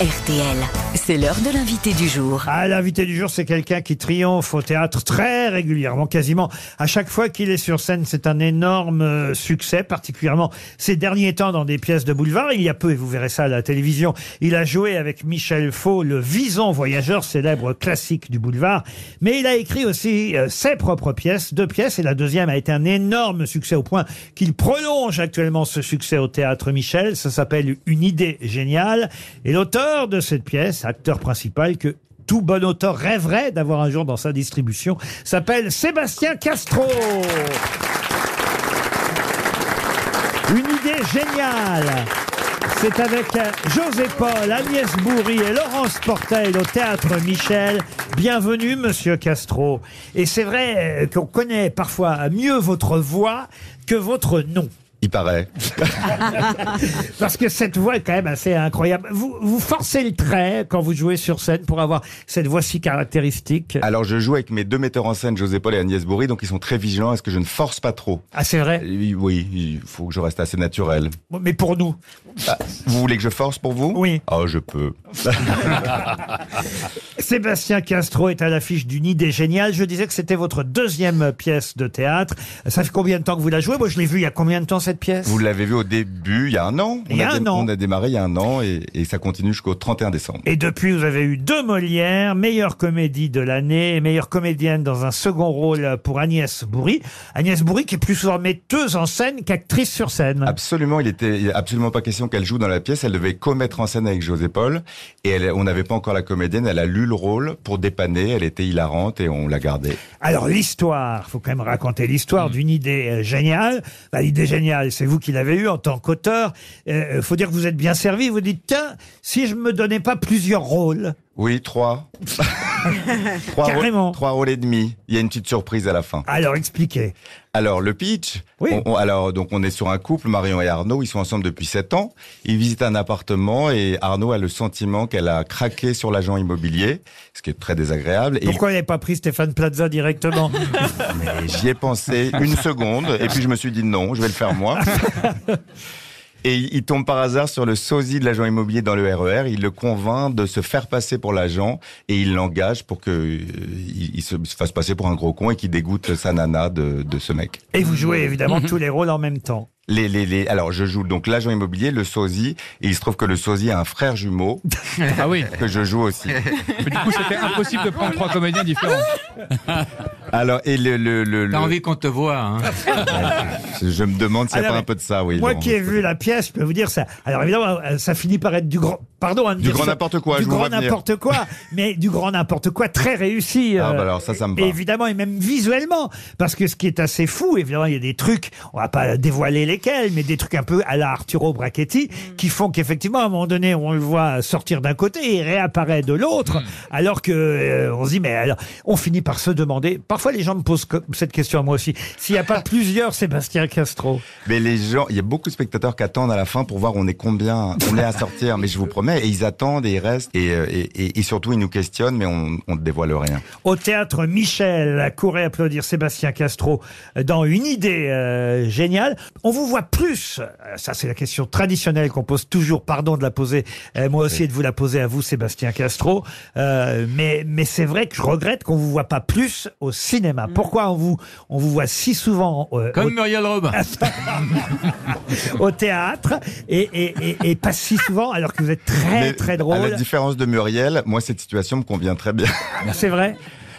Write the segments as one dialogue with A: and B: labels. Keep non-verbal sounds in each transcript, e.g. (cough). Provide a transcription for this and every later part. A: RTL. C'est l'heure de l'invité du jour.
B: Ah, l'invité du jour, c'est quelqu'un qui triomphe au théâtre très régulièrement, quasiment à chaque fois qu'il est sur scène. C'est un énorme euh, succès, particulièrement ces derniers temps dans des pièces de boulevard. Il y a peu, et vous verrez ça à la télévision, il a joué avec Michel Faux, le Vison Voyageur, célèbre classique du boulevard. Mais il a écrit aussi euh, ses propres pièces, deux pièces, et la deuxième a été un énorme succès au point qu'il prolonge actuellement ce succès au théâtre Michel. Ça s'appelle Une idée géniale. Et l'auteur de cette pièce, acteur principal que tout bon auteur rêverait d'avoir un jour dans sa distribution, s'appelle Sébastien Castro. Une idée géniale. C'est avec euh, José Paul, Agnès Bourri et Laurence Portel au théâtre Michel. Bienvenue, monsieur Castro. Et c'est vrai euh, qu'on connaît parfois mieux votre voix que votre nom.
C: Il paraît.
B: Parce que cette voix est quand même assez incroyable. Vous, vous forcez le trait quand vous jouez sur scène pour avoir cette voix si caractéristique.
C: Alors je joue avec mes deux metteurs en scène, José Paul et Agnès Bourri, donc ils sont très vigilants à ce que je ne force pas trop.
B: Ah, c'est vrai
C: Euh, Oui, il faut que je reste assez naturel.
B: Mais pour nous.
C: Ah, vous voulez que je force pour vous
B: Oui.
C: Oh, je peux.
B: Sébastien Castro est à l'affiche d'une idée géniale. Je disais que c'était votre deuxième pièce de théâtre. Ça fait combien de temps que vous la jouez Moi, je l'ai vue il y a combien de temps cette pièce
C: Vous l'avez vu au début, il y a un an.
B: Il y a
C: on
B: un
C: dé-
B: an.
C: On a démarré il y a un an et, et ça continue jusqu'au 31 décembre.
B: Et depuis, vous avez eu deux Molières, meilleure comédie de l'année, et meilleure comédienne dans un second rôle pour Agnès Bourri. Agnès Bourri qui est plus souvent metteuse en scène qu'actrice sur scène.
C: Absolument, il était il est absolument pas question qu'elle joue dans la pièce. Elle devait commettre en scène avec José Paul et elle, on n'avait pas encore la comédienne. Elle a lu le rôle pour dépanner. Elle était hilarante et on l'a gardée.
B: Alors l'histoire, faut quand même raconter
C: Mm.
B: l'histoire d'une idée euh, géniale. Bah, L'idée géniale, c'est vous qui l'avez eue en tant qu'auteur. Euh, faut dire que vous êtes bien servi. Vous dites, tiens, si je me donnais pas plusieurs rôles.
C: Oui,
B: (laughs)
C: trois. trois,
B: Carrément.
C: rôles, trois rôles et demi. Il y a une petite surprise à la fin.
B: Alors expliquez.
C: Alors le pitch,
B: Oui.
C: on- on- alors donc on est sur un couple, Marion et Arnaud, ils sont ensemble depuis 7 ans. Ils visitent un appartement et Arnaud a le sentiment qu'elle a craqué sur l'agent immobilier, ce qui est très désagréable. Et
B: Pourquoi vous n'avez pas pris Stéphane Plaza
C: (laughs)
B: directement
C: et j'y ai pensé une seconde et puis je me suis dit non, je vais le faire moi. Et il il tombe par hasard sur le sosie de l'agent immobilier dans le RER. Il le convainc de se faire passer pour l'agent et il l'engage pour que euh, il, il se se fasse passer pour un gros con et qu'il dégoûte sa nana de- de ce mec.
B: Et vous jouez évidemment
C: Mm-hmm.
B: tous les rôles en même temps.
C: Les, les, les, alors, je joue donc l'agent immobilier, le sosie, et il se trouve que le sosie a un frère jumeau
D: Ah oui,
C: que je joue aussi.
D: mais du coup c'était impossible de prendre trois comédiens différents.
C: Alors, et le, le, le, le-
E: T'as envie qu'on te voit, hein
C: je me demande s'il n'y
B: Ah
C: a
B: non, mais
C: pas un peu de ça, oui.
B: Moi
C: Laurent.
B: qui ai vu la pièce, je peux vous dire ça. Alors évidemment, euh, ça finit par être du grand, pardon, hein, de
C: Du
B: dire
C: grand
B: ça.
C: n'importe quoi,
B: du
C: je vous
B: grand
C: vois venir.
B: n'importe
C: (laughs)
B: quoi, mais du grand n'importe quoi très réussi.
C: Ah,
B: euh,
C: bah alors, ça, ça me
B: et
C: va.
B: Évidemment, et même visuellement, parce que ce qui est assez fou, évidemment, il y a des trucs, on va pas dévoiler lesquels, mais des trucs un peu à la Arturo Brachetti, qui font qu'effectivement, à un moment donné, on le voit sortir d'un côté et réapparaît de l'autre, alors que euh, on se dit, mais alors, on finit par se demander. Parfois, les gens me posent co- cette question à moi aussi. S'il n'y a pas plusieurs Sébastien Castro.
C: Mais les gens, il y a beaucoup de spectateurs qui attendent à la fin pour voir on est combien, on est à sortir, mais je vous promets, et ils attendent et ils restent, et, euh, et, et- et surtout ils nous questionnent, mais on on ne dévoile rien.
B: au théâtre Michel. Courez applaudir Sébastien Castro dans une idée euh, géniale. On vous voit plus, euh, ça c'est la question traditionnelle qu'on pose toujours, pardon de la poser, euh, moi aussi et de vous la poser à vous Sébastien Castro, Euh, mais, mais c'est vrai que je regrette qu'on vous voit pas plus au cinéma. Pourquoi on vous, on vous voit si souvent euh,
E: Comme Muriel Robin.
B: (laughs) au, au théâtre et, et, et, et pas si souvent alors que vous êtes très
C: Mais
B: Eh, très
C: À
B: drôle
C: la différence de Muriel, moi cette situation me convient très bien. (laughs)
B: C'est vrai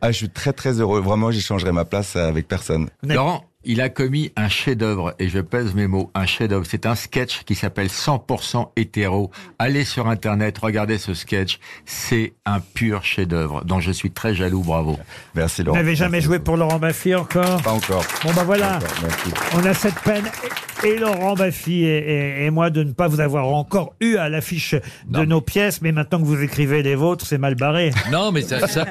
C: Ah, je suis très très heureux, vraiment, j'échangerai ma place avec personne.
E: Laurent, il a commis un chef-d'œuvre, et je pèse mes mots, un chef-d'œuvre. C'est un sketch qui s'appelle 100% hétéro. Allez sur Internet, regardez ce sketch. C'est un pur chef-d'œuvre, dont je suis très jaloux, bravo.
C: Merci
B: Vous
C: Laurent.
B: n'avez jamais
C: Merci
B: joué
C: beaucoup.
B: pour Laurent Baffy encore
C: Pas encore.
B: Bon bah voilà
C: D'accord, merci.
B: On a cette peine, et et Laurent Baffy et, et- et moi, de ne pas vous avoir encore eu à l'affiche de nos pièces, mais maintenant que vous écrivez les vôtres, c'est mal barré.
F: Non, mais ça, ça,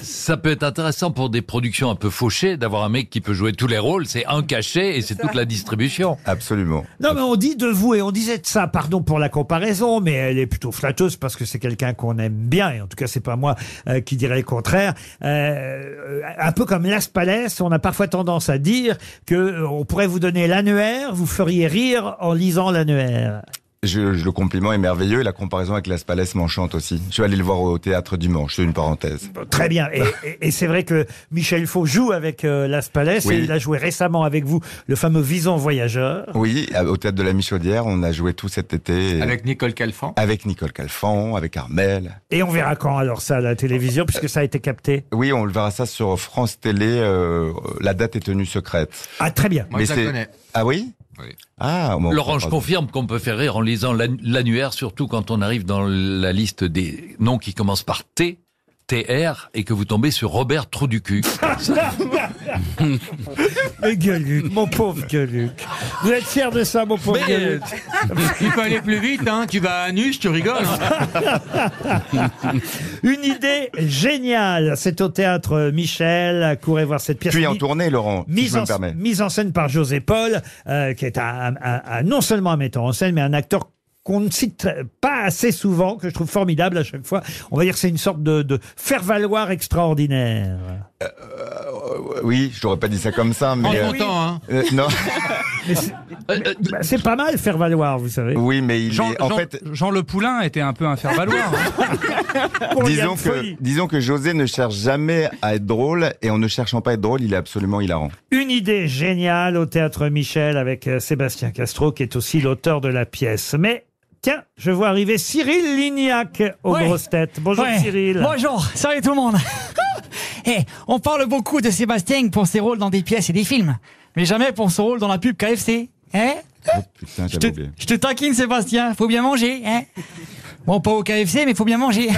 F: ça peut être intéressant pour des productions un peu fauchées d'avoir un mec qui peut jouer tous les rôles. C'est un cachet et c'est toute la distribution.
C: Absolument.
B: Non, mais on dit de vous, et on disait de ça, pardon pour la comparaison, mais elle est plutôt flatteuse parce que c'est quelqu'un qu'on aime bien, et en tout cas, c'est pas moi euh, qui dirais le contraire. Euh, un peu comme Las Palais, on a parfois tendance à dire que euh, on pourrait vous donner l'annuaire, vous feriez rire en lisant l'annuaire.
C: je, je le compliment est merveilleux et la comparaison avec Las Palais m'enchante aussi. Je suis allé le voir au théâtre du Manche, c'est une parenthèse.
B: Très bien. Et, et- et c'est vrai que Michel Faux joue avec euh, Las Palais
C: Oui.
B: et il a joué récemment avec vous le fameux Vison Voyageur.
C: Oui, à- au théâtre de la Michaudière, on a joué tout cet été. et-
E: Avec
C: (laughs)
E: Nicole Calfan.
C: avec Nicole Calfan, avec Armel.
B: Et on verra quand alors ça à la télévision puisque ça a été capté.
C: Oui, on le verra ça sur France Télé. euh, la date est tenue secrète.
B: Ah très bien.
E: Moi, je la
C: c'est-
E: connais.
C: Ah oui
E: Oui.
C: Ah, bon,
F: Laurent, je
C: pardon.
F: confirme qu'on peut faire rire en lisant l'an- l'annuaire, surtout quand on arrive dans la liste des noms qui commencent par T, TR, et que vous tombez sur Robert Trou du cul.
B: Mais Gueuluc, mon pauvre Gueuluc. Vous êtes fier de ça, mon pauvre Gueuluc
E: Il faut aller plus vite, hein. Tu vas à Anus, tu rigoles. hein.
B: Une idée géniale. C'est au théâtre euh, Michel. Courez voir cette pièce.
C: Puis en
B: Mi-
C: tournée, Laurent, si
B: Mise
C: je
B: en,
C: me permets.
B: mise en scène par José Paul, euh, qui est un, un- un- non seulement un metteur en scène, mais un acteur qu'on ne cite pas assez souvent, que je trouve formidable à chaque fois. On va dire que c'est une sorte de, de faire-valoir extraordinaire.
C: Oui, je n'aurais pas dit ça comme ça,
E: En
C: mais... euh,
E: longtemps, hein.
C: euh, non,
B: Mais c'est-
F: Euh, euh,
B: bah, C'est pas mal faire-valoir, vous savez.
C: oui, mais il
D: Jean,
C: est... En
D: Jean-
C: fait,
D: Jean Le Poulain était un peu un faire-valoir.
C: (laughs)
D: hein.
B: Pour
C: disons
B: Liane Folie.
C: que, disons que José ne cherche jamais à être drôle, et en ne cherchant pas à être drôle, il est absolument hilarant.
B: Une idée géniale au théâtre Michel avec euh, Sébastien Castro, qui est aussi l'auteur de la pièce. Mais tiens, je vois arriver Cyril Lignac aux
G: Ouais.
B: grosses têtes. Bonjour
G: Ouais.
B: Cyril.
G: Bonjour, salut tout le
B: (laughs)
G: monde. Eh, on parle beaucoup de Sébastien pour ses rôles dans des pièces et des films, mais jamais pour son rôle dans la pub KFC. Hein
C: Oh, putain,
G: je, te,
C: j'avais oublié.
G: je te taquine Sébastien, faut bien manger. Hein bon, pas au KFC, mais faut bien
B: (laughs)
G: manger.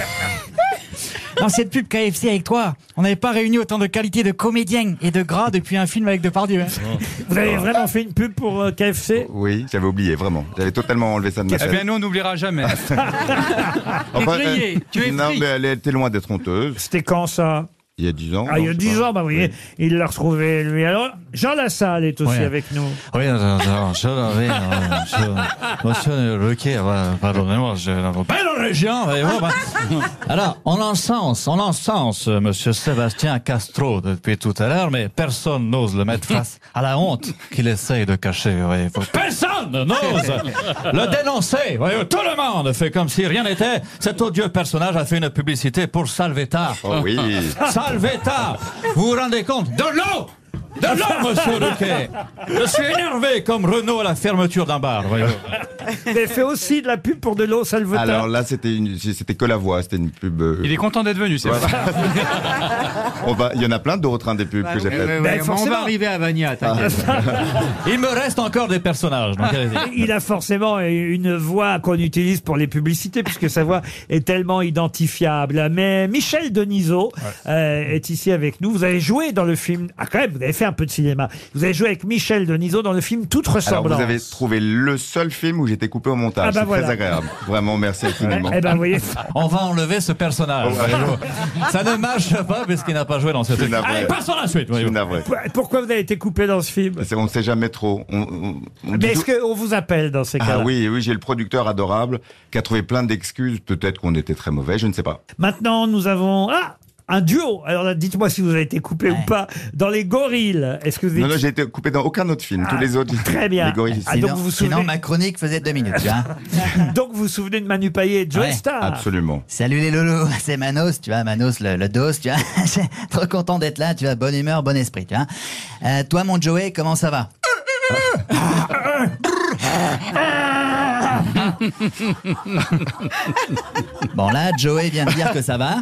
G: Dans cette pub KFC avec toi, on n'avait pas réuni autant de qualités de comédien et de gras depuis un film avec Depardieu. hein.
B: Vous avez vraiment fait une pub pour euh, KFC
C: Oui, j'avais oublié, vraiment. J'avais totalement enlevé ça de ma
D: Eh
E: ben
D: bien,
C: tête. euh,
D: nous, on n'oubliera jamais.
G: grillé, tu es
C: non,
G: pris.
C: mais elle était loin d'être honteuse.
B: C'était quand ça
C: Il y a 10 ans.
B: Ah, il y a
C: non, je sais
B: 10
C: pas.
B: ans, bah vous voyez, il l'a retrouvé lui. Alors, Jean Lassalle est aussi
H: Ouais.
B: avec
C: (laughs)
B: nous.
H: Oui, non, non, je l'avais, non, je- monsieur le Ruquier, voilà, pardonnez-moi, je n'avais pas la région, voyez-vous, bah. Alors, on encense, on encense euh, monsieur Sébastien Castro depuis tout à l'heure, mais personne n'ose le mettre face à la honte qu'il essaye de cacher, voyez-vous. Personne n'ose (laughs) le dénoncer, voyez-vous. Tout le monde fait comme si rien n'était. Cet odieux personnage a fait une publicité pour Salvetar.
C: Oh oui.
B: (laughs)
H: Salvetta Vous vous rendez compte De l'eau De l'eau, monsieur Ruquet Je suis énervé comme Renault à la fermeture d'un bar, voyez-vous.
B: Vous avez fait aussi de la pub pour de l'eau salveteur.
C: Alors là, c'était une- c'était que la voix, c'était une pub. euh, (laughs)
D: Il est content d'être venu, c'est vrai.
C: on va- Il y en a plein d'autres hein, des pubs
B: Bah,
C: que j'ai
E: Eh ouais, ouais,
C: faites.
E: mais on
B: forcément.
E: va arriver à Vania, t'inquiète.
H: Il me reste encore des personnages, donc allez-y.
B: Il a forcément une voix qu'on utilise pour les publicités, puisque sa voix est tellement identifiable. Mais Michel Denisot euh, est ici avec nous. Vous avez joué dans le film. Ah, quand même, vous avez fait un peu de cinéma. Vous avez joué avec Michel Denisot dans le film Toute
C: Alors
B: ressemblance.
C: vous avez trouvé le seul film où j'étais coupé au montage.
B: Ah bah
C: c'est
B: voilà.
C: très agréable. Vraiment, merci infiniment.
B: Eh ben, vous
C: (laughs)
B: voyez.
C: Ah,
H: On va enlever ce
F: Oh,
H: personnage, voyez-vous. Ça ne marche pas puisqu'il n'a pas joué dans ce
C: Je suis
H: film.
C: navré.
H: Allez, passons à la suite,
C: Je suis
H: voyez-vous.
C: navré.
B: Pourquoi vous avez été coupé dans ce film
C: C'est- On ne sait jamais trop. On- on- on dit
B: Mais est-ce
C: tout-
B: qu'on vous appelle dans ces cas-là
C: Ah oui, oui, j'ai le producteur adorable qui a trouvé plein d'excuses. Peut-être qu'on était très mauvais, je ne sais pas.
B: Maintenant, nous avons. Ah un duo. Alors là, dites-moi si vous avez été coupé ou pas. Dans les gorilles, est-ce que vous
C: Non,
B: êtes-
C: non, j'ai été coupé dans aucun autre film. Tous les autres.
B: Ah, Très bien.
C: Les gorilles.
B: Ah, donc vous vous souvenez,
H: chronique faisait deux minutes, hein.
B: (laughs) donc vous vous souvenez de Manu Payet et de Joe
I: Ouais.
B: Star.
C: Absolument.
I: Salut les loulous, (laughs) c'est Manos, tu vois, Manos le, le dos, tu vois. (laughs) J'ai- Trop content d'être là, tu vois, bonne humeur, bon esprit, tu vois. Euh, toi, mon Joey, comment ça va (laughs) Bon là, Joey vient de dire que ça va,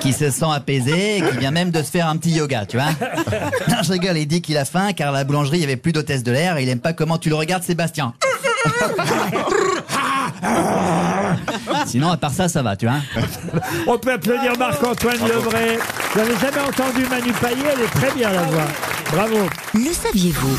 I: qu'il se sent apaisé, et qu'il vient même de se faire un petit yoga, tu vois. (laughs) Non, je rigole, il dit qu'il a faim car à la boulangerie, il n'y avait plus d'hôtesse de l'air et il aime pas comment tu le regardes, Sébastien. Sinon, à part ça, ça va, tu vois.
B: On peut applaudir Marc-Antoine Lebray. Vous n'avez jamais entendu Manu Payet, elle est très bien la voix. Bravo.
A: Le saviez-vous